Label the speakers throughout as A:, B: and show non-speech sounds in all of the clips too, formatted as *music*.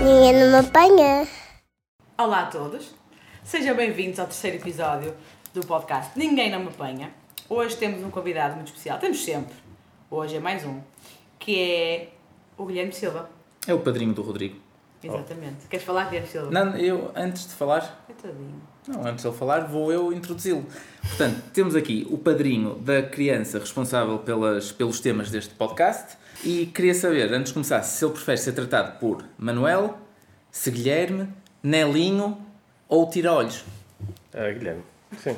A: Ninguém não me apanha.
B: Olá a todos, sejam bem-vindos ao terceiro episódio do podcast Ninguém Não Me Apanha. Hoje temos um convidado muito especial, temos sempre, hoje é mais um, que é o Guilherme Silva.
C: É o padrinho do Rodrigo.
B: Exatamente. Queres falar, Guilherme Silva?
C: Oh. Não, eu, antes de falar,
B: Coitadinho.
C: não, antes de ele falar, vou eu introduzi-lo. Portanto, temos aqui o padrinho da criança responsável pelas, pelos temas deste podcast e queria saber, antes de começar, se ele prefere ser tratado por Manuel, se Guilherme, Nelinho ou Tirolhos.
D: Ah, Guilherme. Sim,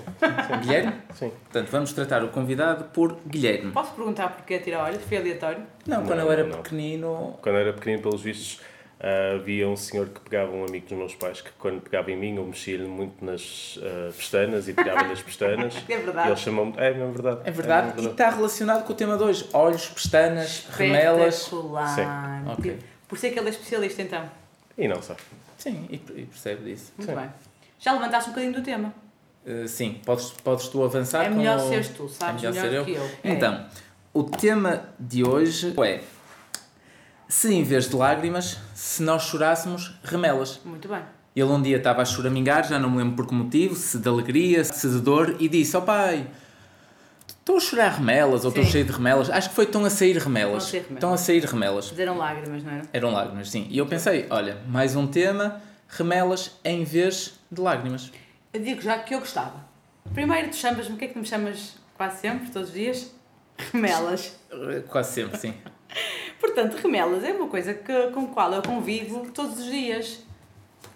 C: Guilherme?
D: sim.
C: Portanto, vamos tratar o convidado por Guilherme.
B: Posso perguntar porquê tirar olhos? Foi aleatório?
C: Não, quando
D: Não,
C: ele era
D: não.
C: pequenino...
D: Quando era pequenino, pelos vistos, ah, havia um senhor que pegava um amigo dos meus pais que, quando pegava em mim, eu mexia-lhe muito nas ah, pestanas e pegava-lhe as pestanas.
B: *laughs* É verdade.
D: E ele chamou-me. É, não é verdade.
C: É verdade, e está relacionado com o tema 2. Olhos, pestanas, remelas...
B: Espetacular.
C: Sim, ok.
B: Por ser que ele é especialista então.
D: E não sabe.
C: Sim, e, e percebe disso.
B: Muito bem. Já levantaste um bocadinho do tema.
C: Uh, sim, podes, podes tu avançar
B: É
C: com
B: melhor
C: o-
B: seres tu, sabes melhor
C: ser
B: que eu. É.
C: Então, o tema de hoje é se em vez de lágrimas, se nós chorássemos remelas.
B: Muito bem.
C: Ele um dia estava a choramingar, já não me lembro por que motivo, se de alegria, se de dor, e disse: Ó pai, estou a chorar remelas, ou estou
B: Sim.
C: cheio de remelas. Acho que foi estão a sair remelas.
B: Estão a sair remelas.
C: Estão a sair remelas.
B: Fizeram lágrimas, não era?
C: Eram lágrimas, sim. E eu pensei: olha, mais um tema, remelas em vez de lágrimas.
B: Eu digo já que eu gostava. Primeiro, tu chamas-me, o que é que tu me chamas quase sempre, todos os dias? Remelas.
C: Uh, Quase sempre, sim.
B: Portanto, remelas é uma coisa que, com a qual eu convivo todos os dias.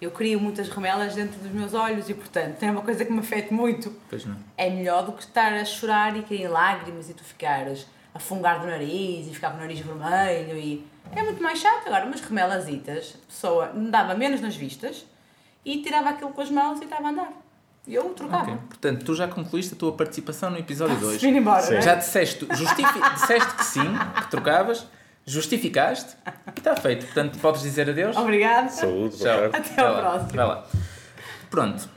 B: Eu crio muitas remelas dentro dos meus olhos e, portanto, é uma coisa que me afeta muito.
C: Pois não.
B: É melhor do que estar a chorar e cair em lágrimas e tu ficares a fungar do nariz e ficar com o nariz vermelho e... É muito mais chato agora, umas remelasitas, a pessoa dava menos nas vistas e tirava aquilo com as mãos e estava a andar. E eu
C: Ok.
B: trocava.
C: Portanto, tu já concluíste a tua participação no episódio
B: Okay.
C: 2.
B: Vim Ah. embora,
D: Sim.
B: não é?
C: Já disseste, justifi- disseste que sim, que trocavas, justificaste e está feito. Portanto, podes dizer adeus.
B: Obrigado.
D: Saúde, boa
C: Tchau.
D: tarde.
B: Até ao
C: Vai lá,
B: próximo.
C: Vai lá. Pronto.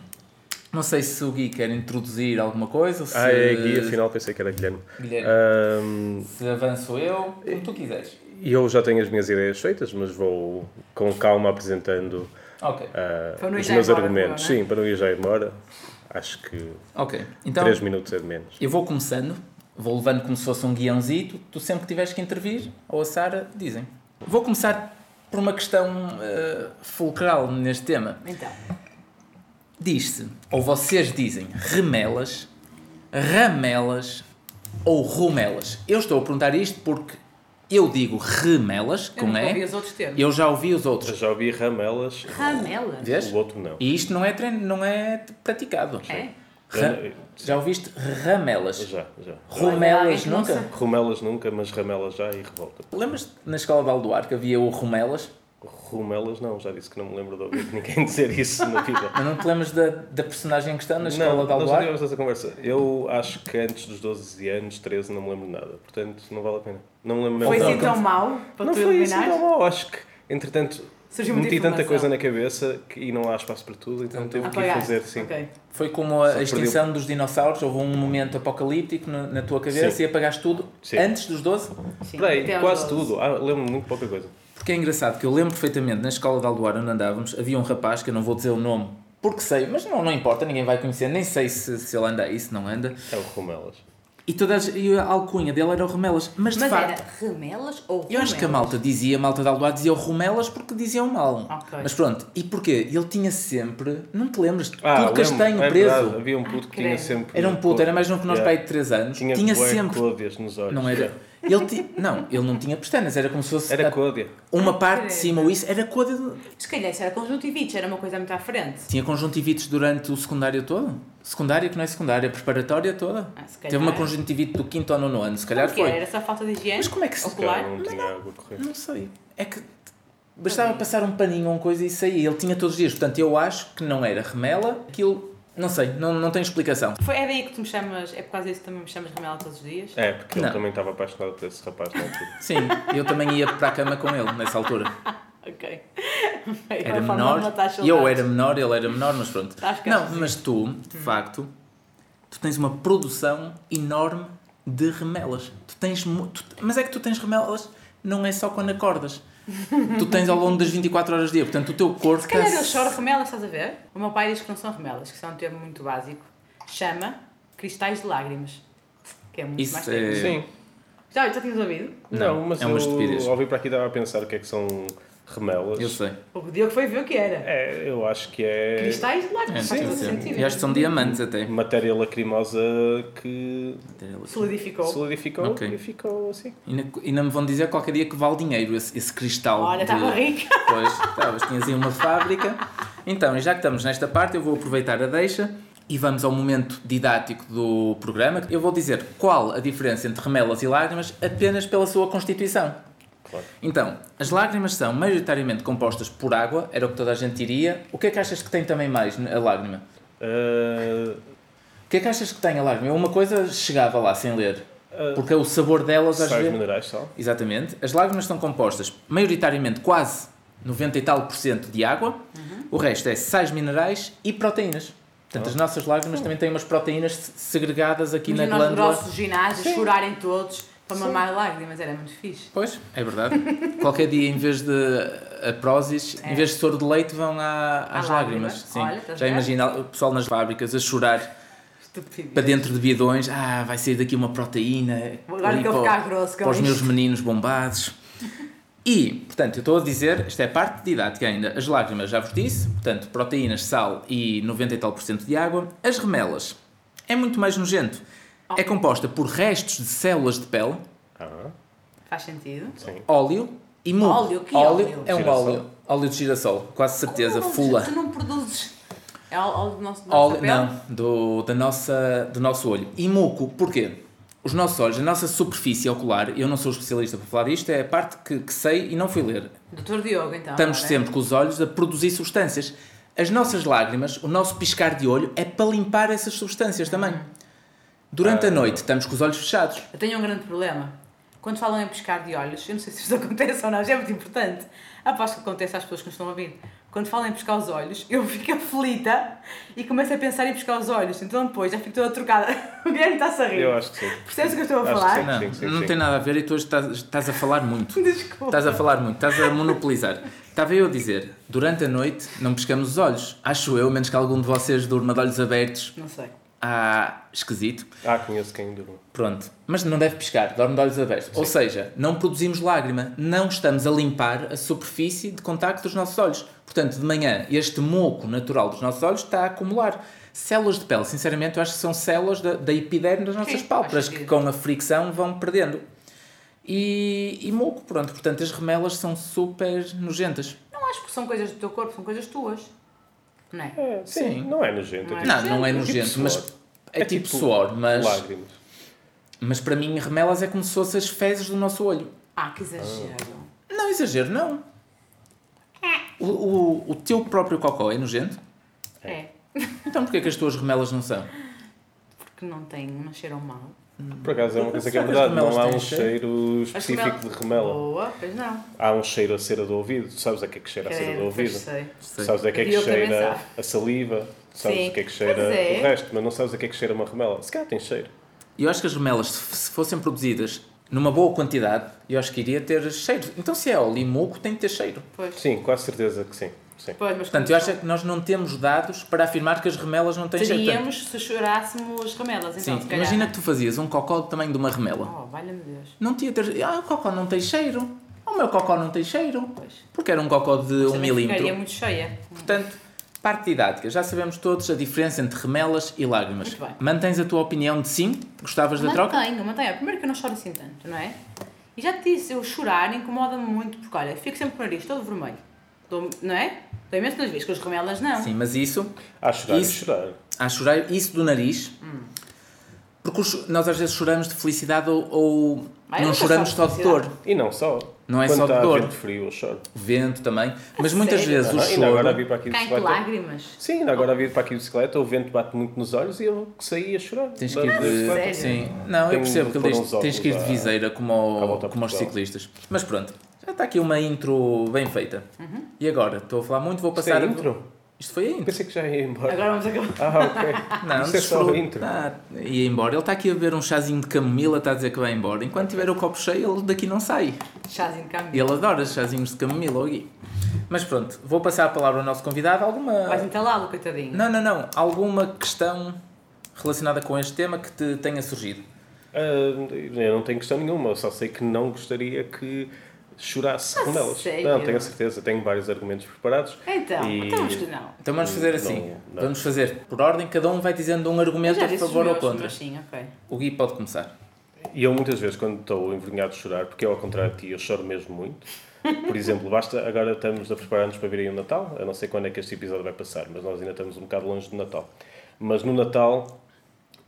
C: Não sei se o Gui quer introduzir alguma coisa, ou se,
D: Ah, é Gui, afinal ah. pensei que era Guilherme.
C: Guilherme.
D: Ahm,
C: se avanço eu, como tu quiseres.
D: E eu já tenho as minhas ideias feitas, mas vou com calma apresentando
C: Ok.
D: ah,
B: Para não ir
D: os
B: já
D: meus
B: embora,
D: argumentos.
B: não é?
D: Sim, para não ir já embora, acho que
C: Ok. Então,
D: 3 minutos é de menos.
C: eu vou começando, vou levando como se fosse um guiãozito. Tu sempre que tiveres que intervir, ou a Sara, dizem. Vou começar por uma questão eh, fulcral neste tema.
B: Então,
C: Diz-se, ou vocês dizem, remelas, ramelas ou rumelas. Eu estou a perguntar isto porque eu digo remelas,
B: eu
C: como
B: não ouvi
C: é?
B: os outros termos.
C: Eu já ouvi os
D: Eu
C: outros.
D: já ouvi ramelas,
B: Ramelas?
C: Vês?
D: o outro não.
C: E isto não é treino, não é praticado.
B: É?
C: Ra- já ouviste ramelas?
D: Já, já.
C: Rumelas
B: Não sei.
C: nunca?
D: Rumelas nunca, mas ramelas já e revolta.
C: Lembras-te na escola de Aldoar que havia o rumelas?
D: Rumelas não, já disse que não me lembro de ouvir ninguém *laughs* dizer isso na
C: *laughs*
D: vida.
C: Mas não te lembras da, da personagem em questão na escola
D: Não,
C: de
D: nós já
C: Aldoar?
D: tivemos essa conversa. Eu acho que antes dos 12 anos, 13, não me lembro de nada. Portanto, não vale a pena. Não me lembro mesmo
B: Foi
D: nada.
B: assim tão mau para
D: Não
B: tu
D: foi assim tão
B: eliminares? Ah,
D: mal, acho que, entretanto,
B: Surgiu muita
D: meti tanta
B: informação.
D: coisa na cabeça que, e não há espaço para tudo, então teve que ir
B: Apagaste.
D: fazer, sim.
B: Ok.
C: Foi como a
D: perdi o-
C: extinção dos dinossauros, houve um momento apocalíptico na, na tua cabeça
D: Sim.
C: e apagaste tudo
D: Sim.
C: antes dos 12?
B: Sim,
D: Peraí,
B: até aos
D: quase
B: 12.
D: tudo. Ah, lembro-me muito pouca coisa.
C: Porque é engraçado que eu lembro perfeitamente na escola de Aldoar onde andávamos, havia um rapaz que eu não vou dizer o nome porque sei, mas não, não importa, ninguém vai conhecer, nem sei se, se ele anda aí, se não anda.
D: É o Rumelas.
C: E, todas, e a alcunha dele era o Romelas, mas de
B: Mas
C: facto.
B: era remelas ou
C: Eu acho que é a
B: rumelas?
C: malta dizia, a malta de Aldoar dizia o Romelas porque diziam mal.
B: Ok.
C: Mas pronto, e porquê? Ele tinha sempre, não te lembras,
D: Ah,
C: tudo castanho
D: lembro, é
C: preso.
D: verdade, havia um puto que tinha
B: credo.
D: sempre.
C: Era um puto, era mais novo que nós,
D: Yeah.
C: pai de 3 anos.
D: Tinha,
C: Tinha,
D: bué
C: sempre.
D: códeas nos olhos.
C: Não era. Ele ti- Não, ele não tinha pestanas, era como se fosse
D: Era
C: a-
D: códia.
C: uma parte de
B: Credo.
C: cima ou isso, era coisa de,
B: Se calhar isso era conjuntivites, era uma coisa muito à frente.
C: Tinha conjuntivites durante o secundário todo? Secundária que não é secundária, preparatória toda?
B: Ah, se calhar.
C: Teve uma conjuntivite do quinto ao nono ano, se calhar
B: Porque
C: foi.
B: era só falta de higiene.
C: Mas como é que se-
B: Ocular.
D: Cara, não tinha água a correr.
C: Não sei. É que bastava passar um paninho ou uma coisa e saía. Ele tinha todos os dias. Portanto, eu acho que não era remela. Aquilo, não sei, não, não tem explicação.
B: Foi, é daí que tu me chamas, é por causa disso que também me chamas Ramela todos os dias.
D: É, porque
C: Não.
D: é? Tipo, ele também estava apaixonado por esse rapaz na altura.
B: *laughs*
C: Sim, eu também ia para a cama com ele nessa altura.
B: Ok.
C: Era
B: Uma forma de
C: menor.
B: matar saudades. Tá,
C: Eu era menor, ele era menor, mas pronto.
B: Acho que é assim. Hum.
C: Não,
B: acho que
C: mas tu, de facto, tu tens uma produção enorme de remelas. Tu tens, mu- tu- mas é que tu tens remelas, não é só quando
B: *laughs*
C: acordas. Tu tens ao longo das 24 horas do dia, portanto o teu corpo é
B: Se calhar
C: está-
B: eu choro remelas, estás a ver? O meu pai diz que não são remelas, que são um termo muito básico. Chama cristais de lágrimas. Que é muito
C: Isso
B: mais
C: é-
B: técnico.
D: Sim.
B: Já, já tinhas ouvido?
D: Não,
C: Não,
D: mas
C: é uma
D: eu,
C: estupidez.
D: ao vir para aqui estava a pensar o que é que são remelas.
C: Eu sei.
B: O Diogo foi ver o que era.
D: É, eu acho que é
B: Cristais de
C: É,
B: lágrimas, faz
C: sim,
B: todo
C: sim.
B: sentido.
C: E acho que são diamantes até.
D: matéria lacrimosa que
B: Solidificou.
D: solidificou
C: Ok.
D: e ficou assim.
C: Ainda, ainda me vão dizer qualquer dia que vale dinheiro esse, esse cristal.
B: Olha,
C: de-
B: estava rica.
C: Pois, estavas, tinhas aí uma fábrica. Então, e já que estamos nesta parte, eu vou aproveitar a deixa e vamos ao momento didático do programa. Eu vou dizer qual a diferença entre remelas e lágrimas apenas pela sua constituição.
D: Claro.
C: Então, as lágrimas são maioritariamente compostas por água, era o que toda a gente diria. O que é que achas que tem também mais a lágrima?
D: Ah,
C: O que é que achas que tem a lágrima? Uma coisa chegava lá sem ler,
D: Ah,
C: porque o sabor delas às
D: sais
C: vezes...
D: minerais, sal.
C: Exatamente. As lágrimas são compostas maioritariamente quase 90 e tal por cento de água.
B: Uhum.
C: O resto é sais minerais e proteínas. Portanto, as nossas lágrimas também têm umas proteínas se- segregadas aqui
B: Imagina
C: na
B: nós
C: glândula.
B: grossos ginásios chorarem todos para mamar lágrimas, era muito fixe.
C: Pois, é verdade. Qualquer dia, em vez de a prósis, em vez de soro de leite, vão à- às
B: É. lágrima.
C: lágrimas. Sim.
B: Olha, tá estás
C: Já
B: a ver?
C: imagina o pessoal nas fábricas a chorar para
B: Estúpido.
C: dentro de bidões. Ah, vai sair daqui uma proteína.
B: Agora
C: ali
B: que eu
C: para o-
B: ficar grosso com
C: para os meus
B: isto.
C: meninos bombados. E, portanto, eu estou a dizer, esta é a parte didática ainda, as lágrimas já vos disse, portanto, proteínas, sal e 90 e tal por cento de água. As remelas é muito mais nojento. É
B: Oh.
C: composta por restos de células de pele,
D: Ah,
B: Faz sentido.
D: sim.
C: óleo e muco.
B: Óleo? Que óleo?
C: é um
D: Girassol.
C: óleo. Óleo de girassol, quase certeza,
B: Como não-
C: fula.
B: Tu não produzes. É óleo do nosso, da nossa
C: Óleo,
B: pele?
C: não, do, da nossa, do nosso olho. E muco, porquê? Os nossos olhos, a nossa superfície ocular, eu não sou especialista para falar disto, é a parte que, que sei e não fui ler.
B: Doutor Diogo, então.
C: Estamos
B: agora.
C: sempre com os olhos a produzir substâncias. As nossas lágrimas, o nosso piscar de olho, é para limpar essas substâncias também.
D: Ah.
C: Durante a noite, estamos com os olhos fechados.
B: Eu tenho um grande problema. Quando falam em pescar de olhos, eu não sei se isto *laughs* acontece ou não, mas é muito importante. Aposto que acontece às pessoas que nos estão a ouvir. Quando falam em pescar os olhos, eu fico aflita e começo a pensar em pescar os olhos. Então depois já fico toda trocada. *laughs* O Guilherme está-se a rir.
D: Eu acho que sim.
B: Percebes o que eu estou a
D: Acho que
B: falar?
D: sim. é?
C: Não, não
D: sim.
C: tem nada a ver e tu hoje estás, estás a falar *laughs* muito.
B: Desculpa.
C: Estás a falar muito, estás a monopolizar. Estava eu a dizer, durante a noite não pescamos os olhos. Acho eu, a menos que algum de vocês durma de olhos abertos.
B: Não sei.
C: Ah, esquisito.
D: Ah, conheço quem durma.
C: Pronto, mas não deve piscar, dorme de olhos abertos. Ou seja, não produzimos lágrima, não estamos a limpar a superfície de contacto dos nossos olhos. Portanto, de manhã, este moco natural dos nossos olhos está a acumular células de pele. Sinceramente, eu acho que são células da, da epiderme das nossas
B: Sim,
C: pálpebras
B: faz
C: que,
B: sentido.
C: com a fricção, vão perdendo. E, e moco, pronto. Portanto, as remelas são super nojentas.
B: Não acho que são coisas do teu corpo, são coisas tuas. Não é?
D: É, sim,
C: Sim.
D: não é nojento.
B: Não é.
D: é tipo-
C: Não, não é
D: tipo
C: nojento, mas
D: suor.
C: é tipo suor, mas,
D: Lágrimas.
C: mas para mim, remelas é como se fossem as fezes do nosso olho.
B: Ah, que exagero.
C: Não, exagero não. O, o, o teu próprio cocó é nojento?
B: É.
C: Então porquê que as tuas remelas não são?
B: Porque não tem, não cheiram mal.
D: Por acaso é uma coisa que é
C: Será que
D: verdade,
C: as remelas
D: não há
C: têm
D: um
C: cheiro?
D: cheiro
B: As
D: específico de remela.
B: Boa, pois não.
D: Há um cheiro a cera do ouvido, tu sabes a que é que cheira a cera
B: Credo, pois
D: do ouvido.
B: sei.
C: Sei.
D: Sabes a que é que
B: Diogo também
D: cheira
B: sabe.
D: a saliva, sabes
B: Sim.
D: o que é que cheira
B: Pois é.
D: o resto, mas não sabes a que é que cheira uma remela. Se calhar tem cheiro.
C: Eu acho que as remelas, se se fossem produzidas numa boa quantidade, eu acho que iria ter cheiro. Então se é óleo e muco, tem que ter cheiro.
B: Pois.
D: Sim, quase certeza que sim. sim.
B: Pois, mas
C: Portanto, eu acho é que nós não temos dados para afirmar que as remelas não têm cheiro.
B: teríamos se chorássemos remelas, então,
C: Portanto,
B: se
C: Sim,
B: calhar.
C: imagina que tu fazias um cocó do tamanho de uma remela.
B: Oh, valha-me Deus.
C: Não tinha ter... Ah, o cocó não tem cheiro. O meu cocó não tem cheiro.
B: Pois.
C: Porque era um cocó de um
B: Também
C: milímetro.
B: Ficaria é muito cheia.
C: Portanto, parte didática. Já sabemos todos a diferença entre remelas e lágrimas.
B: Muito bem.
C: Mantens a tua opinião de sim? Gostavas da troca?
B: Mantenho, mantenho. Primeiro que eu não choro assim tanto, não é? E já te disse, eu chorar incomoda-me muito, porque olha, fico sempre com o nariz todo vermelho. Dou- não é? Dou imenso nas vezes, com as remelas não.
C: Sim, mas isso,
D: Há chorar
C: Isso.
D: e chorar.
C: a chorar, isso do nariz. Porque os- nós às vezes choramos de felicidade ou, ou
B: Ah, eu
C: não
B: nunca
C: choramos só
B: choro de
C: de dor.
B: felicidade.
D: E não só.
C: Não é
D: Quando
C: só de
D: está
C: dor.
D: vento frio, eu choro.
C: Vento também. Mas muitas
B: sério?
C: vezes o
D: Ah, ainda agora
C: choro.
D: vir para aqui de
B: Caem-te
D: bicicleta.
B: lágrimas.
D: Sim, ainda agora vir para aqui de bicicleta, o vento bate muito nos olhos e eu saí a chorar.
C: Tens que
D: Da-
C: ir
D: da bicicleta.
B: Sério?
C: de. Sim. Não, eu
D: Tenho
C: percebo que
D: de
C: ele
D: pôr
C: diz
D: um- uns
C: tens que ir de
D: óculos à-
C: viseira como,
D: à
C: ao-
D: volta a
C: como aos
D: Portugal.
C: ciclistas. Mas pronto, Já está aqui uma intro bem feita.
B: Uhum.
C: E agora? Estou a falar muito, vou
D: Isto é
C: passar.
D: a intro?
C: Isto foi a intro.
D: Pensei que já ia embora.
B: Agora vamos acabar.
D: Ah, ok.
C: Não,
D: Isto é só
C: desfruta.
D: a intro.
C: Ah, ia embora. Ele está aqui a beber um chazinho de camomila, está a dizer que vai embora. Enquanto tiver o copo cheio, ele daqui não sai.
B: Chazinho de
C: E
B: câmbio.
C: ele adora chazinhos de camomila, o Gui. Mas pronto, vou passar a palavra ao nosso convidado. Alguma.
B: Vais entalá-lo, coitadinho.
C: Não, não, não. Alguma questão relacionada com este tema que te tenha surgido?
D: Ah, eu não tenho questão nenhuma, eu só sei que não gostaria que chorasse
B: A
D: com elas.
B: Ah, sério?
D: Não, tenho a certeza, tenho vários argumentos preparados.
B: Então,
D: E-
B: então acho que não.
C: Então vamos fazer assim.
D: Hum, Não, não.
C: Vamos fazer por ordem, cada um vai dizendo um
B: Eu
C: argumento
B: já
C: a
B: disse os
C: favor ou
B: meus,
C: contra.
B: mas sim, ok.
C: O Gui pode começar.
D: E eu muitas vezes, quando estou envergonhado de chorar, porque eu, ao contrário de ti, eu choro mesmo muito. Por exemplo, basta, agora estamos a preparar-nos para vir aí o Natal. Eu não sei quando é que este episódio vai passar, mas nós ainda estamos um bocado longe do Natal. Mas no Natal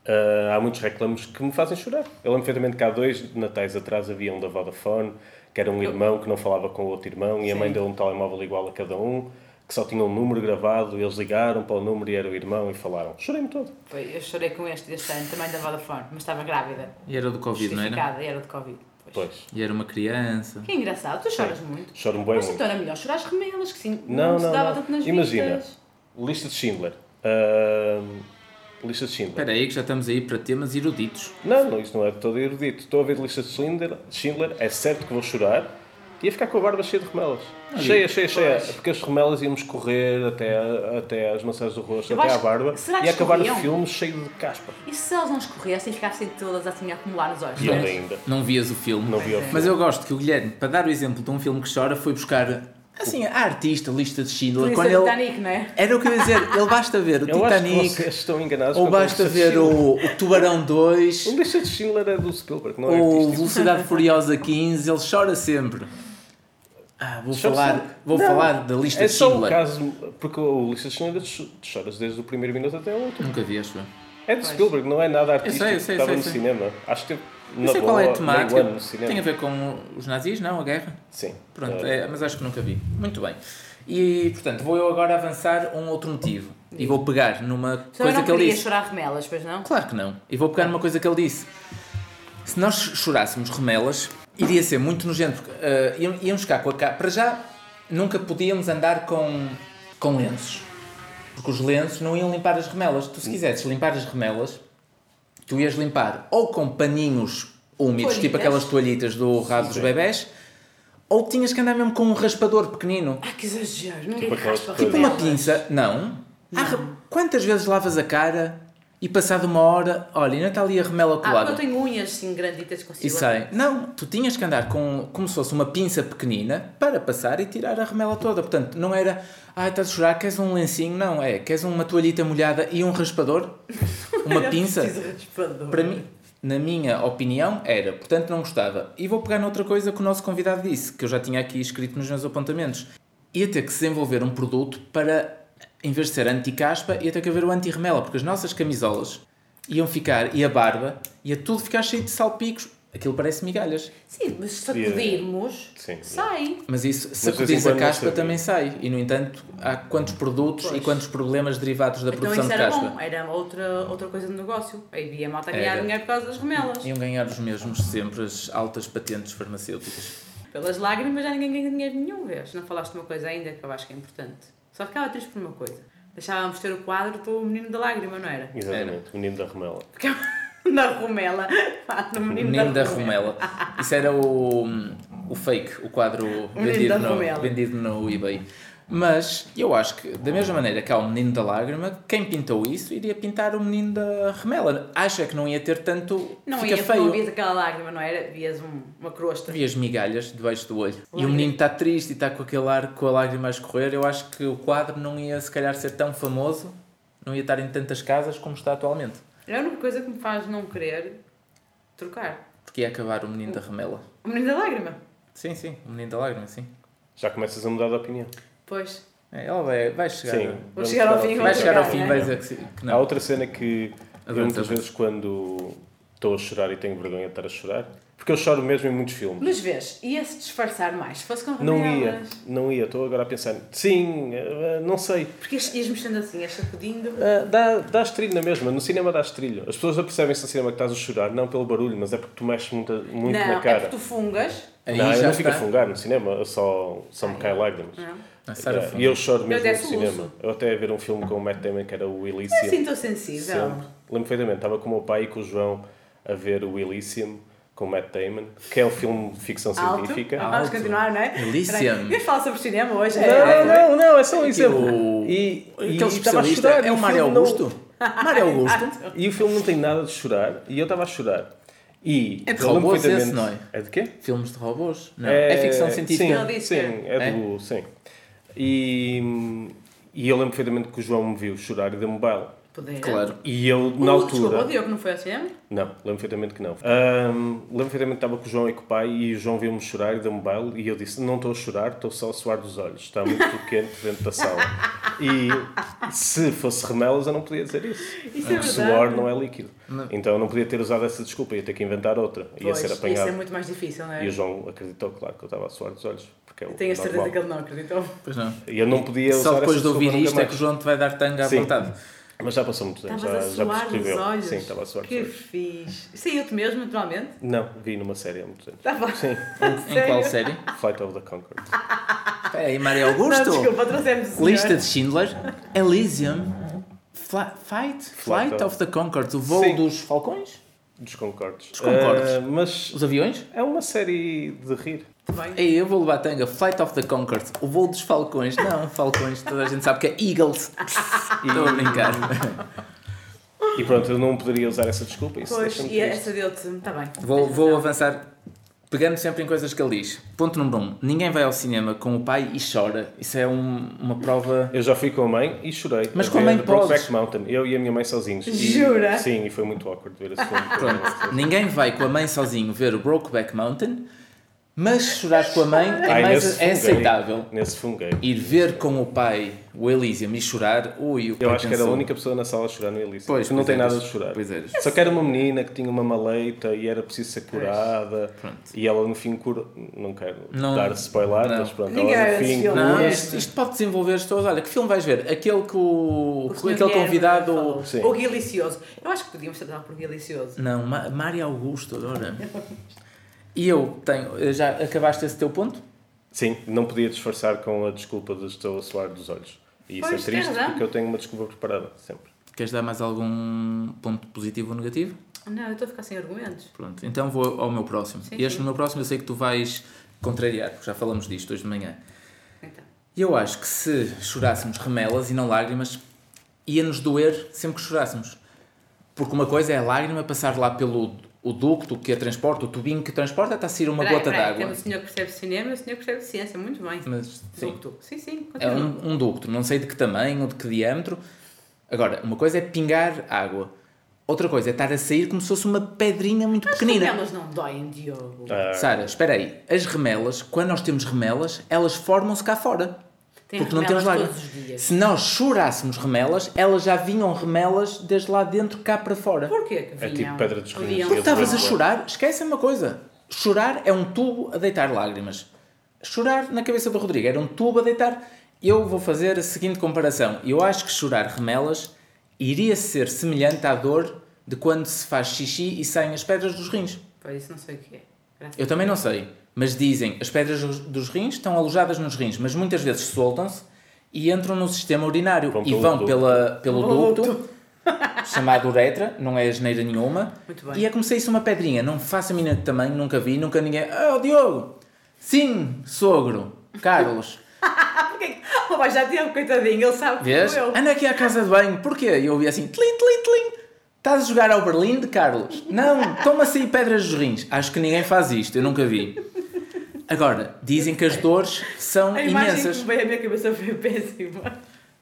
D: ah, há muitos reclamos que me fazem chorar. Eu lembro perfeitamente que há dois natais atrás havia um da Vodafone, que era um irmão que não falava com o outro irmão e a mãe deu um telemóvel igual a cada um, que só tinha um número gravado. Eles ligaram para o número e era o irmão e falaram. Chorei-me todo.
B: Foi, eu chorei com este deste ano, também da Vodafone, mas estava grávida.
C: E era do Covid, não era?
B: Justificada, era de Covid. Pois.
D: Pois,
C: E era uma criança.
B: Que engraçado, tu choras muito.
D: choro-me bem
B: Mas
D: muito.
B: então era melhor chorar as remelas, que sim,
D: Não,
B: não, se
D: não,
B: dava
D: não.
B: tanto nas
D: Imagina.
B: vistas.
D: Lista de Schindler. Ahm, lista de Schindler.
C: Espera aí que já estamos aí para temas eruditos.
D: Não, não, isso não é de todo erudito. Estou a ver lista de Schindler, Schindler, é certo que vou chorar. Ia ficar com a barba cheia de remelas. cheia, cheia, cheia. Porque as remelas íamos correr até, até às maçãs do rosto,
B: Eu
D: até à
B: acho que-
D: barba.
B: será que
D: E acabar o
B: escorriam?
D: filme cheio de caspa.
B: E se elas não escorressem e ficassem todas assim a acumular nos olhos?
D: E olha ainda.
C: Não vias o filme.
D: Não vi o filme.
C: Mas eu gosto que o Guilherme, para dar o exemplo de um filme que chora, foi buscar assim, a artista, lista de Schindler.
B: Podia
C: Quando
B: ser
C: ele...
B: Titanic, não é?
C: Era o que eu ia dizer, ele basta ver o
D: Eu acho que
C: Titanic,
D: vocês estão enganados
C: ou
D: quanto à
C: basta
D: lista de
C: ver
D: Schindler.
C: o, o Tubarão 2,
D: O lista de Schindler é do Spielberg, não é
C: ou
D: artístico.
C: Velocidade Furiosa 15, ele chora sempre. Ah, vou
D: Chora sempre.
C: falar, vou
D: Não,
C: falar da lista
D: É
C: de
D: só o
C: Schindler.
D: caso, porque o lista de Schindler tu choras desde o primeiro minuto até o último.
C: Nunca vi, acho eu.
D: É de Spielberg, não é nada artístico.
C: Eu sei, eu sei,
D: Estava
C: eu
D: no
C: sei.
D: cinema. Acho que teve
C: Não
D: na
C: sei qual é a
D: boa, Day
C: temática.
D: One no cinema.
C: Tem a ver com os nazis, não? A guerra?
D: Sim.
C: Pronto,
D: Eh,
C: é, mas acho que nunca vi. Muito bem. E, portanto, vou eu agora avançar um outro motivo. E vou pegar numa
B: Então eu
C: coisa
B: não
C: que ele
B: queria
C: disse.
B: chorar remelas, pois não?
C: Claro que não. E vou pegar numa coisa que ele disse. Se nós chorássemos remelas, iria ser muito nojento. Porque, ah, íamos- íamos cá com a cara. Para já, nunca podíamos andar com, com lenços. Porque os lenços não iam limpar as remelas. Tu, se quisesses limpar as remelas, tu ias limpar ou com paninhos úmidos,
B: Toalhitas.
C: tipo aquelas toalhitas do rabo dos bebés, ou tinhas que andar mesmo com um raspador pequenino.
B: Ah, que exagero, ninguém
D: Tipo aquelas
B: raspa
D: coisas.
C: Tipo uma
B: remelas.
C: pinça? Não. Há Ah, re- quantas vezes lavas a cara e passado uma hora, olha, ainda está ali a remela
B: Ah, porque eu
C: colada.
B: tenho unhas assim granditas que consigo.
C: e sai. Não, tu tinhas que andar com, como se fosse uma pinça pequenina para passar e tirar a remela toda. Portanto, não era, ah, estás a chorar, queres um lencinho? Não, é, queres uma toalhita molhada e um raspador? Uma
B: Eu
C: pinça?
B: preciso assim raspador.
C: Para mim, na minha opinião, era. Portanto, não gostava. E vou pegar noutra coisa que o nosso convidado disse, que eu já tinha aqui escrito nos meus apontamentos. Ia ter que se desenvolver um produto para, em vez de ser anti-caspa, ia ter que haver o anti-remela, porque as nossas camisolas iam ficar, e a barba, ia tudo ficar cheio de salpicos. Aquilo parece migalhas.
B: Sim, mas se sacudirmos,
D: é. Sim. é.
B: sai.
C: Mas isso, se
D: Mas de vez em
C: sacudis a
D: quando não
C: caspa,
D: sabia.
C: também sai. E, no entanto, há quantos produtos e
B: Pois.
C: quantos problemas derivados da
B: Então
C: produção
B: isso
C: de
B: era
C: caspa.
B: bom, era outra, outra coisa do negócio. Aí via malta a ganhar
C: Era.
B: dinheiro por causa das remelas.
C: Iam ganhar os mesmos sempre as altas patentes farmacêuticas.
B: Pelas lágrimas já ninguém ganha dinheiro nenhum, vês? Não falaste uma coisa ainda que eu acho que é importante. Só ficava triste por uma coisa. Deixávamos ter o quadro do menino da lágrima, não era?
D: Exatamente, o menino da remela.
B: *laughs* Ficava na Romela. Ah, do
C: O
B: menino,
C: Menino da Romela. Isso era o, o fake, o quadro
B: Menino
C: vendido
B: da
C: no,
B: Romela.
C: vendido no eBay. Mas eu acho que, da mesma maneira que há o Menino da Lágrima, quem pintou isso iria pintar o Menino da Remela. Acha que não ia ter tanto.
B: Não
C: fica
B: ia,
C: feio.
B: não vias aquela lágrima, não era? Vias um- uma crosta.
C: Vi as migalhas debaixo do olho. E
B: Olha.
C: o menino está triste e está com aquele ar com a lágrima a escorrer. Eu acho que o quadro não ia, se calhar, ser tão famoso, não ia estar em tantas casas como está atualmente.
B: É a única coisa que me faz não querer trocar.
C: Porque ia acabar o menino da remela.
B: O menino da lágrima.
C: Sim, sim, o menino da lágrima, sim.
D: Já começas a mudar de opinião.
B: Pois.
C: É, ela vai, vai chegar.
D: Sim.
C: a-
D: vamos
B: chegar ao fim,
C: Vai
B: Vai
C: chegar ao
B: chegar,
C: fim,
B: né?
C: vai dizer que, sim- que
D: Há
C: não.
D: outra cena que eu
C: Avança,
D: muitas
C: avança.
D: vezes quando estou a chorar e tenho vergonha de estar a chorar, porque eu choro mesmo em muitos filmes.
B: Mas vês, ia-se disfarçar mais. Se fosse com
D: Não
B: remelas.
D: ia, não ia. Estou agora a pensar, sim, eh, não sei.
B: Porque ias ias mexendo assim, ias sacudindo.
D: Ah, dá, dás trilho na mesma, no cinema dás trilho. As pessoas apercebem-se no cinema que estás a chorar, não pelo barulho, mas é porque tu mexes muito, muito
B: não,
D: na
B: é
D: cara.
B: porque tu fungas.
C: Aí
D: não, eu
C: já
D: não fico a
C: está.
D: fungar no cinema, eu só, só me cai lágrimas.
C: Ah, A Sarah
D: É,
C: Fuller.
D: E eu choro mesmo no
B: desço o
D: cinema.
B: urso.
D: Eu até ia ver um filme com o Matt Damon que era o Elysium.
B: Eu sinto sensível.
D: Sempre. Lembro perfeitamente, estava com o meu pai e com o João a ver o Elysium com o Matt Damon, que é um filme de ficção
B: Alto.
D: científica.
B: Vamos continuar, não é?
C: Elysium.
B: Espera aí. Vamos falar sobre cinema hoje.
D: Não,
B: é.
D: não, não, é só um exemplo.
C: Aquilo-
D: E,
C: E
D: então, estava a
C: especialista
D: chorar.
C: é
D: e
C: o Mário
D: filme não-
C: Augusto.
B: é
C: Mário Augusto.
B: Ah,
D: E o filme não tem nada de chorar, e eu estava a chorar. E
C: É de
D: eu lembro
C: robôs esse,
D: perfeitamente-
C: não é?
D: É de quê?
C: *laughs* Filmes de robôs. Não. É, ficção científica.
B: Ele
D: Sim,
B: disse
D: sim
B: que
D: é
C: É?
D: do. Sim. E, e eu lembro perfeitamente que o João me viu chorar e deu-me baila.
B: Poder.
C: Claro.
D: E eu,
B: O- Desculpa,
D: na altura.
B: o Diogo não foi ao cinema?
D: Não, lembro perfeitamente que não. Ahm, lembro perfeitamente que estava com o João e com o pai e o João viu-me chorar e deu-me um baile e eu disse, não estou a chorar, estou só a suar dos olhos, está muito
B: *laughs*
D: quente dentro da sala. E se fosse remelas eu não podia dizer isso.
B: Isso é
D: o
B: verdade.
D: suor não é líquido. Então eu não podia ter usado essa desculpa, ia ter que inventar outra. ia
B: Pois,
D: ser
B: Isso
D: apanhado.
B: é muito mais difícil, não é?
D: E o João acreditou, claro, que eu estava a suar dos olhos. Porque é o
B: Tenho a certeza
D: normal.
B: que ele não acreditou.
C: Pois não.
D: E eu não podia usar
C: Só depois
D: essa
C: de ouvir
D: desculpa nunca
C: isto é que o
D: mais.
C: João te vai dar tanga à
D: Sim.
C: vontade.
D: Mas já passou muito tempo,
B: Estavas a
D: já, já
B: suar dos
D: prescreveu.
B: olhos.
D: Sim, estava a suar dos
B: Que
D: olhos.
B: fixe. Saiu-te mesmo, naturalmente?
D: Não, vi numa série há muito tempo.
B: Tá bom.
D: Sim,
C: Em qual série?
D: Flight of the Conchords.
C: Espera aí, Mário
B: Não,
C: Augusto.
B: desculpa, trouxemos o senhor.
C: Lista de Schindler. Elysium. Fla- fight? Flight of the Conchords. O voo
D: Sim.
C: dos falcões?
D: Dos Concordes.
C: Dos Concordes.
D: Ah, mas
C: Os aviões?
D: é uma série de rir.
B: Muito Tá
D: É
B: bem.
C: Ei, eu vou levar a tanga. Flight of the Conchords. O voo dos falcões. Não, falcões. Toda a gente sabe que é
D: *laughs*
C: Eagles. Estou a brincar.
D: E pronto, eu não poderia usar essa desculpa. Isso
B: Pois,
D: deixa-me
B: e
D: triste.
B: essa deu-te. Está bem.
C: Vou,
B: Tens
C: vou
B: razão.
C: avançar pegando sempre em coisas que ele diz. Ponto número um. Ninguém vai ao cinema com o pai e chora. Isso é um- uma prova...
D: Eu já fui com a mãe e chorei.
C: Mas
D: a
C: com a
D: ver
C: mãe
D: The Brokeback
C: podes.
D: Mountain. Eu e a minha mãe sozinhos. E-
B: Jura?
D: sim, e foi muito awkward ver esse filme.
C: Pronto. Ninguém vai com a mãe sozinho ver o Brokeback Mountain, mas chorar com a mãe é, mais, é aceitável.
D: Nesse funguei.
C: Ir ver com o pai o Elysium e chorar, ui, o
D: Eu
C: pai
D: acho que era a
C: pensou.
D: única pessoa na sala a chorar no Elísio.
C: Pois,
D: Pois, não
C: pois
D: tem
C: eras.
D: nada de é chorar.
C: Pois é. eras.
D: Só que era uma menina que tinha uma maleita e era preciso ser curada. E ela no fim cura. Não quero
C: Não.
D: dar spoiler,
C: Não.
D: mas pronto.
B: Ninguém
D: ela
B: era
D: no fim
B: esse filme.
C: Não,
B: Não.
C: isto, isto pode desenvolver as pessoas. Olha, que filme vais ver? Aquele que é o.
B: O senhor
C: aquele
B: Guilherme
C: convidado.
B: falou.
D: Sim.
B: Ou Guilicioso. Eu acho que podíamos tratar por Guilicioso.
C: Não, Ma- Mário Augusto, agora. E eu tenho. Já acabaste esse teu ponto?
D: Sim, não podia disfarçar com a desculpa de estou a suar dos olhos. E isso
B: Pois,
D: é triste
B: tens razão.
D: porque eu tenho uma desculpa preparada, sempre.
C: Queres dar mais algum ponto positivo ou negativo?
B: Não, eu estou a ficar sem argumentos.
C: Pronto, então vou ao meu próximo.
B: Sim,
C: este
B: sim.
C: no meu próximo eu sei que tu vais contrariar, porque já falamos disto hoje de manhã.
B: Então.
C: E Eu acho que se chorássemos remelas e não lágrimas, ia-nos doer sempre que chorássemos. Porque uma coisa é a lágrima passar lá pelo o ducto que a transporta, o tubinho que a transporta, está a sair uma
B: Peraí,
C: gota
B: peraí, Temos
C: d'água.
B: o senhor que percebe cinema e o senhor que percebe ciência. Muito bem.
C: Mas sim,
B: Ducto. Sim, sim.
C: é
B: Continua.
C: um, um ducto, não sei de que tamanho, de que diâmetro. Agora, uma coisa é pingar água. Outra coisa é estar a sair como se fosse uma pedrinha muito
B: As
C: pequenina.
B: canelas não doem, Diogo.
D: Ah,
C: Sara, espera aí. As remelas, quando nós temos remelas, elas formam-se cá fora.
B: Tem
C: porque não
B: remelas
C: temos lágrimas.
B: todos os dias.
C: Se nós chorássemos remelas, elas já vinham remelas desde lá dentro cá para fora.
B: Porquê que vinham?
D: É tipo pedra de escorregão.
B: Podiam.
D: Porque
C: Estavas a
D: Claro.
C: chorar? Esquece uma coisa. Chorar é um tubo a deitar lágrimas. Chorar na cabeça do Rodrigo era um tubo a deitar. Eu vou fazer a seguinte comparação. Eu acho que chorar remelas iria ser semelhante à dor de quando se faz xixi e saem as pedras dos rins.
B: Pois, isso não sei o que é. Graças
C: Eu também não sei, mas dizem as pedras dos- dos rins estão alojadas nos rins, mas muitas vezes soltam-se e entram no sistema urinário
D: Vão
C: e
D: pelo
C: vão
D: ducto.
C: pela, pelo
B: Pelo
C: ducto, *laughs* chamado uretra, não é asneira nenhuma.
B: Muito bem.
C: E é como se isso uma pedrinha, não faço a mina de tamanho, nunca vi, nunca ninguém. Oh, Diogo! Sim, sogro, Carlos.
B: Ah, porquê que. Oh, vai, já tinha, coitadinho, ele sabe que
C: Vês? Ah,
B: sou eu.
C: Anda aqui à casa de banho, porquê? E eu ouvi assim, tlim, tlim, tlim. Estás a jogar ao Berlim de Carlos? Não, toma sair pedras dos rins. Acho que ninguém faz isto, eu nunca vi. Agora, dizem que as dores são
B: A imagem que
C: imensas.
B: me veio à minha cabeça foi péssima.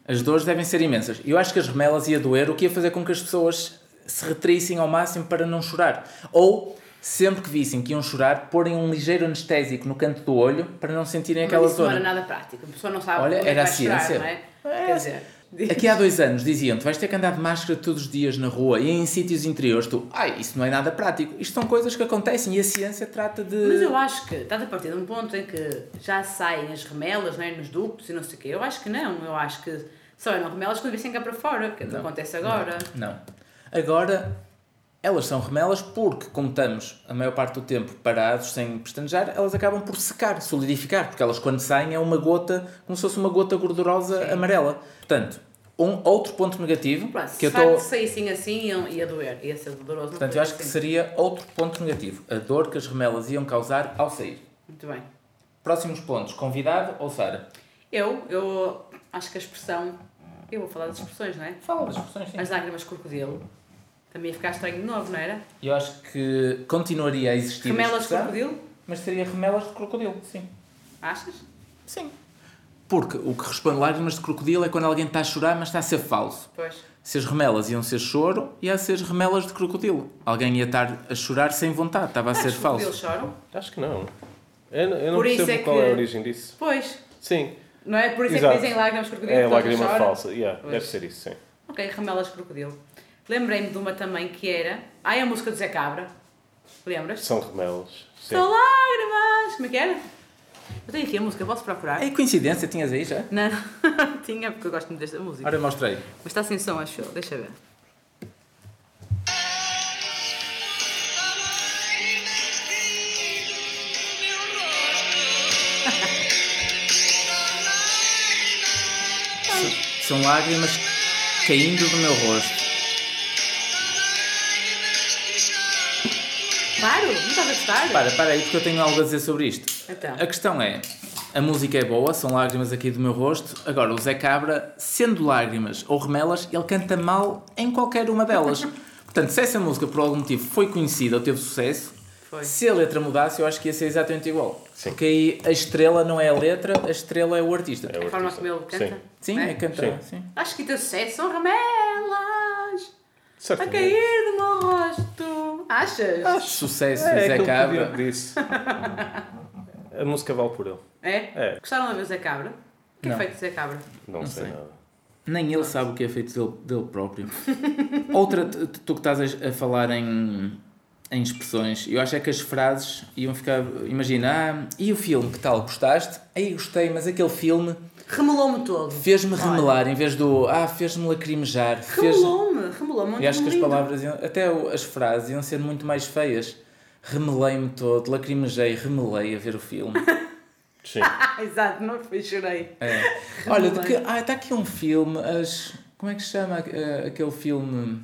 C: As dores devem ser imensas. Eu acho que as remelas ia doer, o que ia fazer com que as pessoas se retraíssem ao máximo para não chorar. Ou, sempre que vissem que iam chorar, porem um ligeiro anestésico no canto do olho para não sentirem aquela
B: Mas isso não
C: zona.
B: era nada prático. A pessoa não sabe
C: Olha,
B: como é que
C: era
B: vai
C: a
B: chorar,
C: ciência.
B: não é? Quer dizer, diz-
C: Aqui há dois anos diziam-te vais ter que andar de máscara todos os dias na rua e em sítios interiores tu, ai, isso não é nada prático. Isto são coisas que acontecem e a ciência trata de.
B: Mas eu acho que estás a partir de um ponto em que já saem as remelas, não é? Nos ductos e não sei o quê. Eu acho que não. Eu acho que só eram remelas quando vissem cá para fora, que é o que acontece agora.
C: Não. Agora Elas são remelas porque, como estamos a maior parte do tempo parados, sem pestanejar, elas acabam por secar, solidificar, porque elas quando saem é uma gota, como se fosse uma gota gordurosa amarela. Portanto, um outro ponto negativo
B: Pronto,
C: que
B: se
C: eu
B: o facto
C: estou.
B: de saíssem assim ia, ia doer, ia ser doloroso. não
C: Portanto,
B: foi
C: eu acho que
B: assim.
C: seria outro ponto negativo. A dor que as remelas iam causar ao sair.
B: Muito bem.
C: Próximos pontos, convidado ou Sara?
B: Eu, eu acho que a expressão. Eu vou falar das expressões, não é?
C: Fala das expressões, sim.
B: As lágrimas de crocodilo. Também ia ficar estranho de novo, não era?
C: Eu acho que continuaria a existir. a
B: Remelas de
C: expressão,
B: crocodilo,
C: Mas seria remelas de crocodilo, sim.
B: achas?
C: Sim. Porque o que responde lágrimas de crocodilo é quando alguém está a chorar, mas está a ser falso.
B: Pois.
C: Se as remelas iam ser choro, ia ser remelas de crocodilo. Alguém ia estar a chorar sem vontade, estava a
B: Ah,
C: ser
B: os crocodilos
C: falso.
B: choram?
D: Acho que não. Eu, eu não
B: Por isso
D: percebo
B: é
D: qual
B: que-
D: é a origem disso.
B: Pois.
D: Sim,
B: Não é? Por isso é
D: Exato.
B: que dizem lágrimas de crocodilo.
D: é
B: todas
D: lágrima
B: choram.
D: falsa. Yeah,
B: Pois.
D: deve ser isso, sim.
B: Ok, remelas de crocodilo. Lembrei-me de uma também que era. Ai, a música do Zé Cabra. Lembras?
D: São remelos. Sim.
B: São lágrimas! Como é que era? Eu tenho aqui a música, posso procurar?
C: É coincidência, tinhas aí já?
B: Não, *laughs* não tinha, porque eu gosto muito desta música.
C: Ora, mostrei.
B: Mas está sem som, acho eu. Deixa eu ver.
C: São lágrimas caindo do meu rosto.
B: Claro, não estás a gostar?
C: Para, para aí, porque eu tenho algo a dizer sobre isto.
B: Então.
C: A questão é: a música é boa, são lágrimas aqui do meu rosto. Agora, o Zé Cabra, sendo lágrimas ou remelas, ele canta mal em qualquer uma delas. Portanto, se essa música por algum motivo foi conhecida ou teve sucesso,
B: Foi.
C: se a letra mudasse, eu acho que ia ser exatamente igual.
D: Sim.
C: Porque aí a estrela não é a letra, a estrela é o artista.
D: É o
B: A forma
D: artista.
B: como ele canta.
D: Sim.
C: Sim, é, cantar. Sim.
B: Acho que está sucesso. São remelas a
D: Certamente.
B: cair do meu rosto. Achas?
C: Ah. Sucesso,
D: É, é
C: Zé
D: aquilo que o
C: Cabra.
D: Diogo disse. A música vale por ele.
B: É?
D: É.
B: Gostaram de ver o Zé Cabra? O que é
C: Não.
B: feito de Zé Cabra?
D: Não, sei,
C: sei.
D: nada.
C: Nem ele sabe o que é feito dele, dele próprio. *laughs* Outra, tu tu que estás a, a falar em, em expressões, eu acho é que as frases iam ficar. Imagina, ah, e o filme, que tal? Gostaste? Aí gostei, mas aquele filme
B: Remelou-me todo.
C: fez-me
B: Olha.
C: remelar em vez do ah, fez-me lacrimejar. Fez...
B: Remelou-me. Remelou-me. muito
C: Eu acho que as
B: lindo.
C: palavras, iam, até o- as frases, iam ser muito mais feias. Remelei-me todo, lacrimejei, remelei a ver o filme.
D: Sim.
B: Ah, *laughs* exato. Não foi, chorei. *laughs*
C: É. Olha, de que, ah, está aqui um filme, as, como é que se chama ah, aquele filme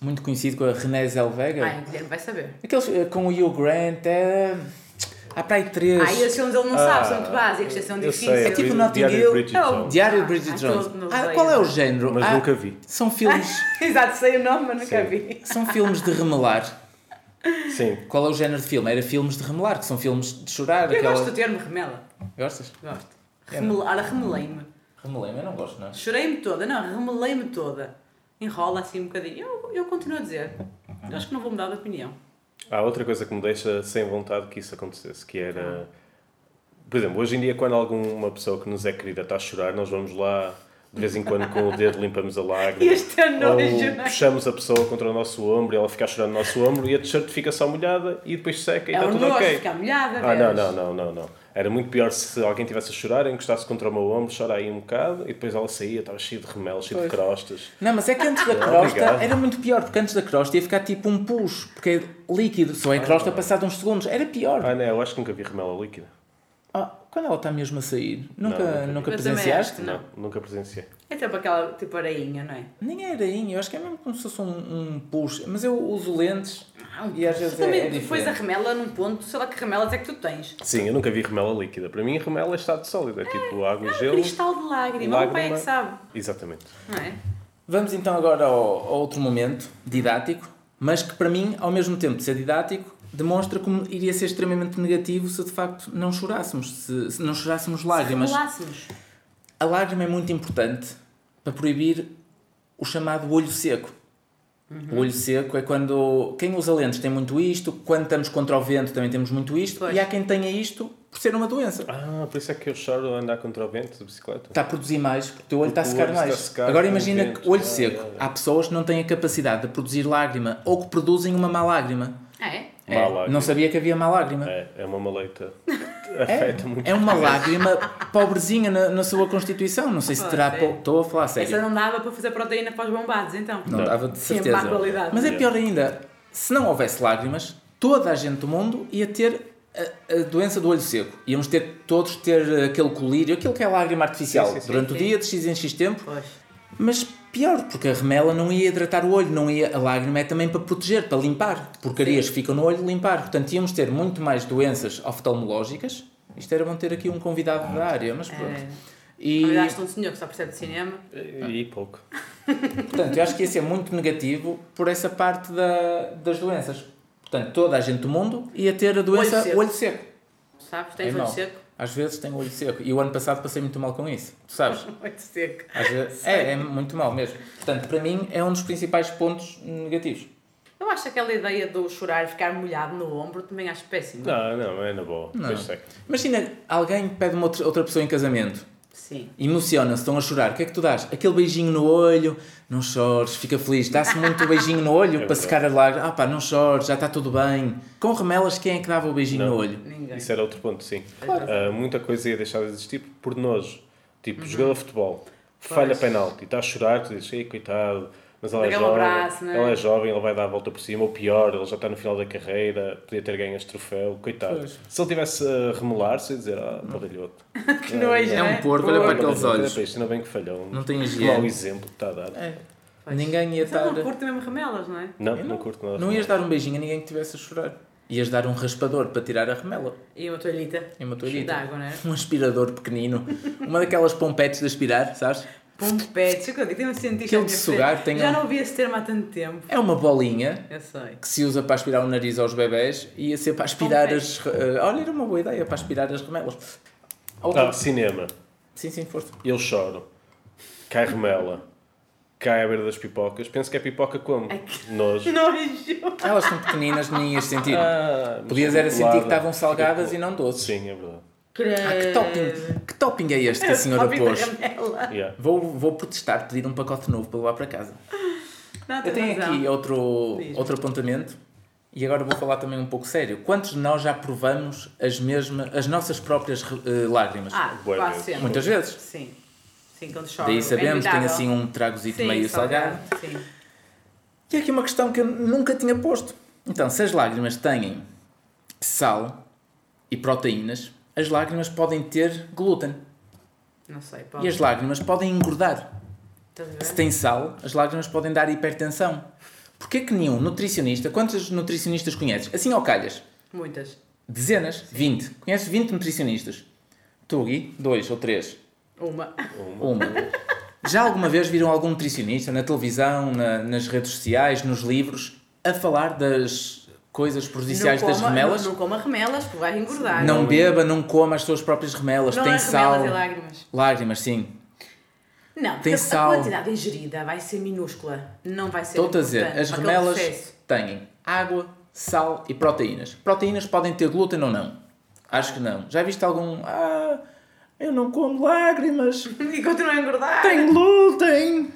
C: muito conhecido com a René
D: É.
C: Zellweger?
B: Ai, o Guilherme vai saber.
C: Aqueles ah, com o Hugh Grant, é... Há para aí três.
B: Ai, esses filmes ele não
D: Ah,
B: sabe. São muito básicos. Esses são
D: eu
B: difíceis.
D: sei,
C: É tipo
D: o
C: Notting
D: Diário de
C: Hill.
D: Bridget
B: É o
D: Jones.
C: Diário
B: Ah,
C: de Bridget
B: ai,
C: Jones.
B: todo no
C: Ah,
B: meio.
C: qual é o género?
D: Mas
C: Ah,
D: nunca vi.
C: São filmes,
B: *laughs* Exato. Sei o nome, mas nunca
D: Sim.
B: vi.
C: são filmes de remelar.
D: Sim.
C: Qual é o género de filme? Era filmes de remelar, que são filmes de chorar.
B: Eu
C: aquela-
B: gosto do termo remela.
C: Gostas?
B: Gosto.
C: É,
B: Remel- Ora, remelei-me.
C: Remelei-me, eu não gosto, não. é?
B: Chorei-me toda, não, remelei-me toda. Enrola assim um bocadinho. Eu, eu continuo a dizer. Eu acho que não vou mudar de opinião.
D: Há outra coisa que me deixa sem vontade que isso acontecesse, que era... Por exemplo, hoje em dia, quando alguma pessoa que nos é querida está a chorar, nós vamos lá, de vez em quando, com o dedo limpamos
B: *laughs*
D: a lágrima.
B: Este é nojo,
D: Ou
B: não é?
D: puxamos a pessoa contra o nosso ombro e ela fica a chorar no nosso ombro e a t-shirt fica só molhada e depois seca e
B: É
D: está
B: o
D: tudo
B: nojo
D: ok.
B: ficar molhada.
D: Ah, não,
B: veras.
D: não, não, não, não. Era muito pior se alguém estivesse a chorar, eu encostasse contra o meu ombro, chora aí um bocado, e depois ela saía, estava cheia de remelos, cheia de
C: Pois.
D: crostas.
C: Não, mas é que antes da crosta
D: obrigado.
C: era muito pior, porque antes da crosta ia ficar tipo um puxo, porque é líquido, só é crosta passado uns segundos, era pior.
D: Ah, não, eu acho que nunca vi remela líquida.
C: Ah, quando ela está mesmo a sair, nunca,
D: nunca vi.
C: nunca
B: Eu também
C: presenciaste?
B: Não.
D: Não, nunca presenciei.
B: É tipo aquela tipo areinha, não é?
C: Nem é areinha, eu acho que é mesmo como se fosse um, um puxo, mas eu uso lentes e às vezes é, é
B: um Também depois a
C: diferente.
B: remela num ponto, sei lá que remelas é que tu tens.
D: Sim, eu nunca vi remela líquida. Para mim, remela é estado sólido, é tipo água e gelo.
B: Cristal de lágrima, o pai é
D: lágrima.
B: que sabe,
D: Exatamente.
B: não é?
C: Vamos então agora ao, ao outro momento, didático, mas que para mim, ao mesmo tempo de ser didático, demonstra como iria ser extremamente negativo se de facto não chorássemos, se, se não chorássemos lágrimas.
B: Relássemos.
C: A lágrima é muito importante para proibir o chamado olho seco.
B: Uhum.
C: O olho seco é quando quem usa lentes tem muito isto, quando estamos contra o vento também temos muito isto,
B: Pois.
C: e há quem tenha isto por ser uma doença.
D: Ah, por isso é que eu choro a andar contra o vento de bicicleta.
C: Está a produzir mais, porque o teu olho está a
D: Porque o
C: secar
D: olho
C: mais.
D: está a secar
C: Agora
D: com o
C: imagina
D: vento.
C: que olho
D: Ah,
C: seco.
D: ah,
C: Há pessoas que não têm a capacidade de produzir lágrima ou que produzem uma má lágrima.
B: É?
C: É,
D: Má lágrima.
C: Não sabia que havia má lágrima.
D: É, é uma maleita. Afeta muito.
C: É uma lágrima pobrezinha na, na sua constituição. Não sei se
B: Pois
C: terá.
B: é.
C: pou- Estou a falar a sério.
B: Essa não dava para fazer proteína para os bombados, então.
C: Não dava de
B: Sim,
C: certeza.
B: má qualidade.
C: Mas é
D: Sim.
C: pior ainda. se não houvesse lágrimas, toda a gente do mundo ia ter a, a doença do olho seco. Íamos ter todos ter aquele colírio, aquilo que é lágrima artificial,
D: Sim, sim, sim.
C: durante o
B: Sim.
C: dia, de x em x tempo.
B: Pois.
C: Mas pior, porque a remela não ia hidratar o olho, não ia, a lágrima é também para proteger, para limpar. Porcarias que ficam no olho, limpar. Portanto, íamos ter muito mais doenças oftalmológicas. Isto era bom ter aqui um convidado da área, mas pronto.
B: Era.
C: E,
B: É. Convidaste um senhor que só percebe de cinema.
D: E, e pouco.
C: portanto, eu acho que ia ser muito negativo por essa parte da, das doenças. Portanto, toda a gente do mundo ia ter a doença
B: Olho seco.
C: olho seco.
B: Sabes?
C: É
B: Tens olho
C: mau.
B: seco?
C: Às vezes tenho olho seco. E o ano passado passei muito mal com isso. Tu sabes?
B: Olho seco.
C: Às
B: *laughs*
C: vezes- é, é muito mal mesmo. Portanto, para mim, é um dos principais pontos negativos.
B: Eu acho aquela ideia do chorar e ficar molhado no ombro também acho péssimo.
D: Não, não, é na boa. Depois seca.
C: Imagina, alguém pede uma outra, outra pessoa em casamento.
B: Sim.
C: Emocionam-se, estão a chorar. O que é que tu dás? Aquele beijinho no olho, não chores, fica feliz. Dá-se muito beijinho no olho para
D: verdade.
C: secar a lágrima. Ah pá, não chores, já está tudo bem. Com remelas, quem é que dava o beijinho no olho?
B: Ninguém.
D: Isso era outro ponto, sim. Ah, muita coisa ia deixar de existir por nojo. Tipo,
B: Uhum.
D: jogador de futebol, falha penalti, está a chorar, tu dizes, ei, coitado, mas ela é
B: Daquele
D: jovem,
B: abraço, não é?
D: ela é jovem, ela vai dar a volta por cima, ou pior, ele já está no final da carreira, podia ter ganho este troféu, coitado.
C: Pois.
D: Se ele tivesse a remolar-se, eu ia dizer, ah, baralhoto.
B: *laughs* Que nojo,
C: É
B: não
C: um porco, olha para aqueles olhos.
D: Isto não bem que falhou.
C: Não tem
D: Que
C: higiene.
D: Mau exemplo que está a dar.
C: É.
B: Pois.
C: Ninguém ia
B: Mas eu
C: estar.
B: não curto é mesmo remelas, não é?
D: Não, não, curto nada.
C: Não ias dar um beijinho a ninguém que estivesse a chorar. Ias dar um raspador para tirar a remela. *laughs*
B: E uma toalhita.
C: E uma toalhita.
B: De água, não é?
C: Um aspirador pequenino. Uma daquelas pompetes de aspirar, sabes?
B: Pompetes. Eu digo, tem um cientista
C: Aquele
B: à
C: de
B: minha
C: sugar
B: frente.
C: tem
B: Já
C: um-
B: não ouvi esse termo há tanto tempo.
C: É uma bolinha
B: Eu sei.
C: que se usa para aspirar o nariz aos bebés e ia ser para aspirar
B: Ok.
C: as. eh, olha, era uma boa ideia para aspirar as remelas. Outra-
D: Ah, cinema,
C: Sim, sim, força.
D: eu choro, cai remela, cai à beira das pipocas, penso que é pipoca como?
B: Ai, *laughs* que-
D: Nojo.
B: Nojo.
C: Elas são pequeninas, nem ias sentir.
D: Ah, mas
C: Podias era sentir
D: chocolate.
C: assim, que estavam salgadas e não doces.
D: Sim, é verdade.
C: Ah, que topping, que topping é este que a senhora
B: Topping
C: pôs?
B: de remela.
D: Yeah.
C: Vou, vou protestar, pedir um pacote novo para levar para casa.
B: Não,
C: Eu
B: tens
C: tenho
B: Ah, razão.
C: aqui outro,
B: Diz-me.
C: outro apontamento e agora vou falar também um pouco sério. Quantos de nós já provamos as, mesmas, as nossas próprias eh, lágrimas?
B: Ah, é
D: Boa
B: quase
D: vez.
B: sempre.
C: Muitas vezes.
B: Sim. Sim, quando chora.
C: Daí sabemos, tem assim um tragozito meio
B: é.
C: salgado.
B: Sim.
C: E aqui uma questão que eu nunca tinha posto. Então, se as lágrimas têm sal e proteínas, as lágrimas podem ter glúten.
B: Não sei.
C: E as lágrimas podem engordar. Se tem sal, as lágrimas podem dar hipertensão. Porquê que nenhum nutricionista, quantos nutricionistas conheces? Assim ao calhas,
B: Muitas.
C: dezenas, 20. Conheces 20 nutricionistas. Tu, Gui, dois ou três.
B: Uma.
C: Uma. Já alguma vez viram algum nutricionista na televisão, na- nas redes sociais, nos livros, a falar das coisas prejudiciais
B: Não
C: das
B: coma-
C: remelas?
B: Não,
C: Não,
B: não coma remelas, porque vai engordar.
C: beba, não coma as suas próprias remelas.
B: Não
C: Tem
B: é
C: sal.
B: remelas e lágrimas.
C: Lágrimas, sim.
B: Não, porque
C: Tem
B: a-
C: sal.
B: a quantidade ingerida vai ser minúscula. Não vai ser
C: Estou-te a dizer,
B: importante um
C: as
B: para aquele
C: remelas
B: processo.
C: têm água, sal e proteínas. Proteínas podem ter glúten ou não? Acho que não. Já viste algum. Ah, eu não como lágrimas.
B: *laughs* E continua a engordar. *laughs*
C: Tem glúten!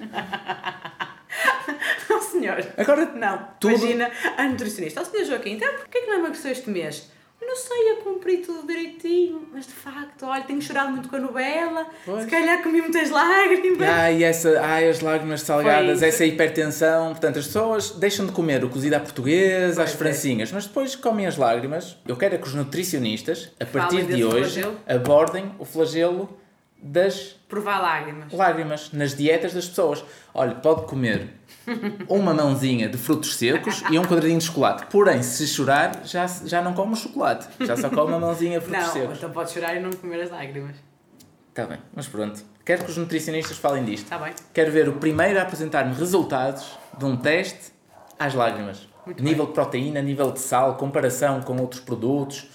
B: Não, senhor.
C: Agora
B: Não.
C: tudo-
B: Imagina a nutricionista. Ó, senhor Joaquim, então porquê que não emagreceu este mês? Eu não sei, eu cumpri tudo direitinho. Mas de facto, olha, tenho chorado muito com a novela.
C: Pois.
B: Se calhar comi muitas lágrimas.
C: Ai, essa, ai, as lágrimas salgadas,
B: Foi isso.
C: essa hipertensão. Portanto, as pessoas deixam de comer o cozido à portuguesa,
B: Pois
C: as
B: é.
C: francinhas, mas depois comem as lágrimas. Eu quero é que os nutricionistas, a partir de
B: desse
C: hoje,
B: flagelo.
C: abordem o flagelo das
B: Provar lágrimas.
C: lágrimas nas dietas das pessoas. Olha, pode comer uma mãozinha de frutos secos e um quadradinho de chocolate. Porém, se chorar, já, já não come o chocolate. Já só come uma mãozinha de frutos
B: Não,
C: secos.
B: então pode chorar e não comer as lágrimas.
C: Está bem, mas pronto. Quero que os nutricionistas falem disto.
B: Está "Tá bem.
C: Quero ver o primeiro a apresentar-me resultados de um teste às lágrimas. nível de proteína, nível de sal, comparação com outros produtos.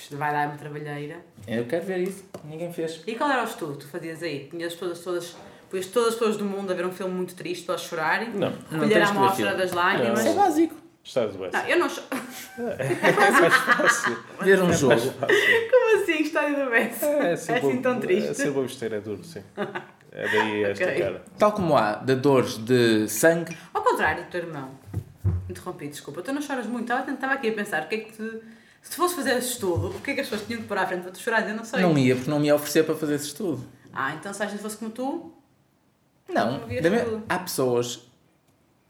B: Isto Vai dar-me trabalheira.
C: Eu quero ver isso. Ninguém fez.
B: E qual era o estudo que tu fazias aí? Tinhas todas, todas, pois todas as pessoas do mundo a ver um filme muito triste, todas a chorarem?
D: Não.
C: Não
B: Recolher a
C: tens que ver
B: amostra
C: filme.
B: das lágrimas?
C: Isso é
B: Não,
C: básico.
D: Estás bem.
B: eu não choro. *laughs*
C: Ver um jogo.
B: Como assim, história do Messi? É assim tão
D: É,
B: triste.
D: ser boa besteira é duro, sim. É daí
B: *laughs*
D: esta
B: Ok.
D: cara.
C: Tal como há de dores de sangue,
B: Ao contrário do teu irmão. Interrompi, desculpa. Tu não choras muito. Estava, a tentar- estava aqui a pensar o que é que tu... Se tu fosse fazer esse estudo, o que é que as pessoas tinham de pôr à frente para tu chorares? Eu não sei.
C: não ia, porque não me ia oferecer para fazer esse estudo.
B: Ah, então se a gente fosse como tu...
C: Não.
B: Não havia
C: da me-
B: estudo.
C: Há pessoas.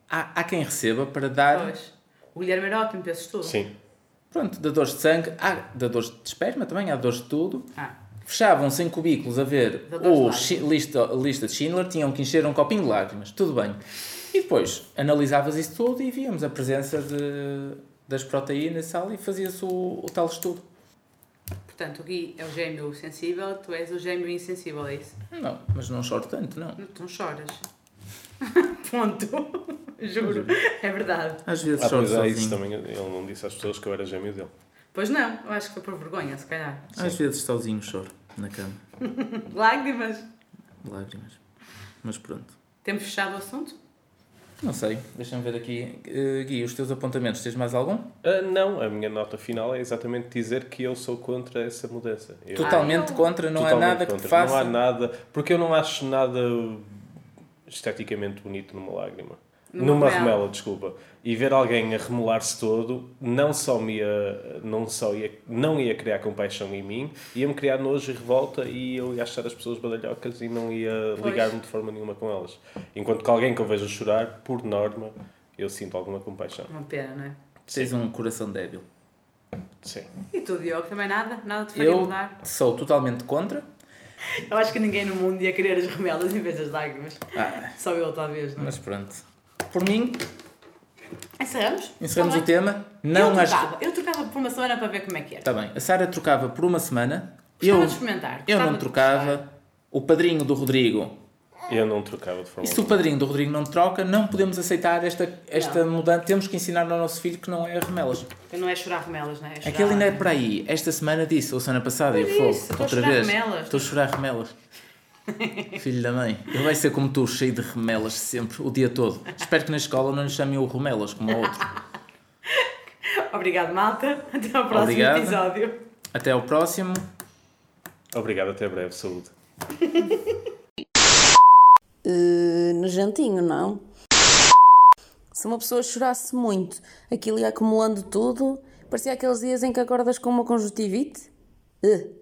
C: Há, há quem receba para dar
B: Pois. O Guilherme era ótimo para esse estudo.
D: Sim.
C: Pronto, da dores de sangue, há da dores de esperma também, há dores de tudo.
B: Ah,
C: Fechavam-se em cubículos a ver
B: Da dores de
C: o
B: lágrimas.
C: Shi- lista, lista de Schindler, tinham que encher um copinho de lágrimas, tudo bem. E depois analisavas isso tudo e víamos a presença de, das proteínas sal e fazia-se o, o tal estudo.
B: portanto, o Gui é o gêmeo sensível, tu és o gêmeo insensível, é isso?
C: Não, mas não choro tanto, não.
B: Não, tu não choras. *laughs* Ponto. *laughs* Juro. É verdade.
C: Às vezes
D: Ah,
C: choro
D: pois é, isso
C: sozinho.
D: também. Ele não disse às pessoas que eu era gêmeo dele.
B: Pois não, eu acho que foi por vergonha, se calhar.
C: Às vezes sozinho choro na cama,
B: Lágrimas.
C: lágrimas. Mas pronto.
B: Temos fechado o assunto?
C: Não sei, deixa-me ver aqui. Eh, Gui, os teus apontamentos, tens mais algum?
D: Ah, não, a minha nota final é exatamente dizer que eu sou contra essa mudança. Eu-
C: Totalmente
B: eu-
C: contra, não há
D: Totalmente
C: nada que
D: contra.
C: te faça.
D: Não há nada, porque eu não acho nada esteticamente bonito numa lágrima.
B: Numa
D: Numa
B: remela.
D: remela, desculpa. E ver alguém a remolar-se todo não só me ia, não só ia, não ia criar compaixão em mim, ia-me criar nojo e revolta e eu ia achar as pessoas badalhocas e não ia
B: Pois.
D: ligar-me de forma nenhuma com elas. Enquanto que alguém que eu vejo chorar, por norma, eu sinto alguma compaixão.
B: Uma pena, não é?
C: Tens um coração débil.
D: Sim.
B: E tu, Diogo, também nada? Nada te faria
C: Eu
B: mudar?
C: sou totalmente contra,
B: Eu acho que ninguém no mundo ia querer as remelas em vez das lágrimas.
C: Ah.
B: Só eu, talvez, não é?
C: mas pronto. Por mim,
B: Encerramos?
C: encerramos
B: Tá
C: o
B: bem.
C: tema.
B: eu
C: Não acho.
B: trocava, eu trocava por uma semana para ver como é que era.
C: Está bem, a Sara trocava por uma semana. Eu,
B: Gostava de experimentar.
C: eu
B: gostava
C: não
B: de
C: trocava. O padrinho do Rodrigo.
D: Eu não trocava de forma
C: E se o padrinho do Rodrigo não troca, não podemos aceitar esta, esta mudança. Temos que ensinar ao nosso filho que não é remelas.
B: gostar. Não é chorar remelas, não é? é chorar...
C: Aquele ainda é para aí. Esta semana disse, ou semana passada, eu
B: Mas
C: fogo,
B: isso, estou a
C: outra
B: chorar
C: vez.
B: remelas.
C: Estou a
B: *laughs*
C: chorar remelas. Filho da mãe. Ele vai ser como tu, cheio de remelas sempre, o dia todo. Espero que na escola não lhe chamem o remelas como o outro.
B: Obrigado, malta. Até ao próximo
C: Obrigado.
B: episódio.
C: Até ao próximo.
D: Obrigado, até breve. Saúde.
A: eh, nojentinho, não? Se uma pessoa chorasse muito, aquilo ia acumulando tudo, parecia aqueles dias em que acordas com uma conjuntivite. Eh.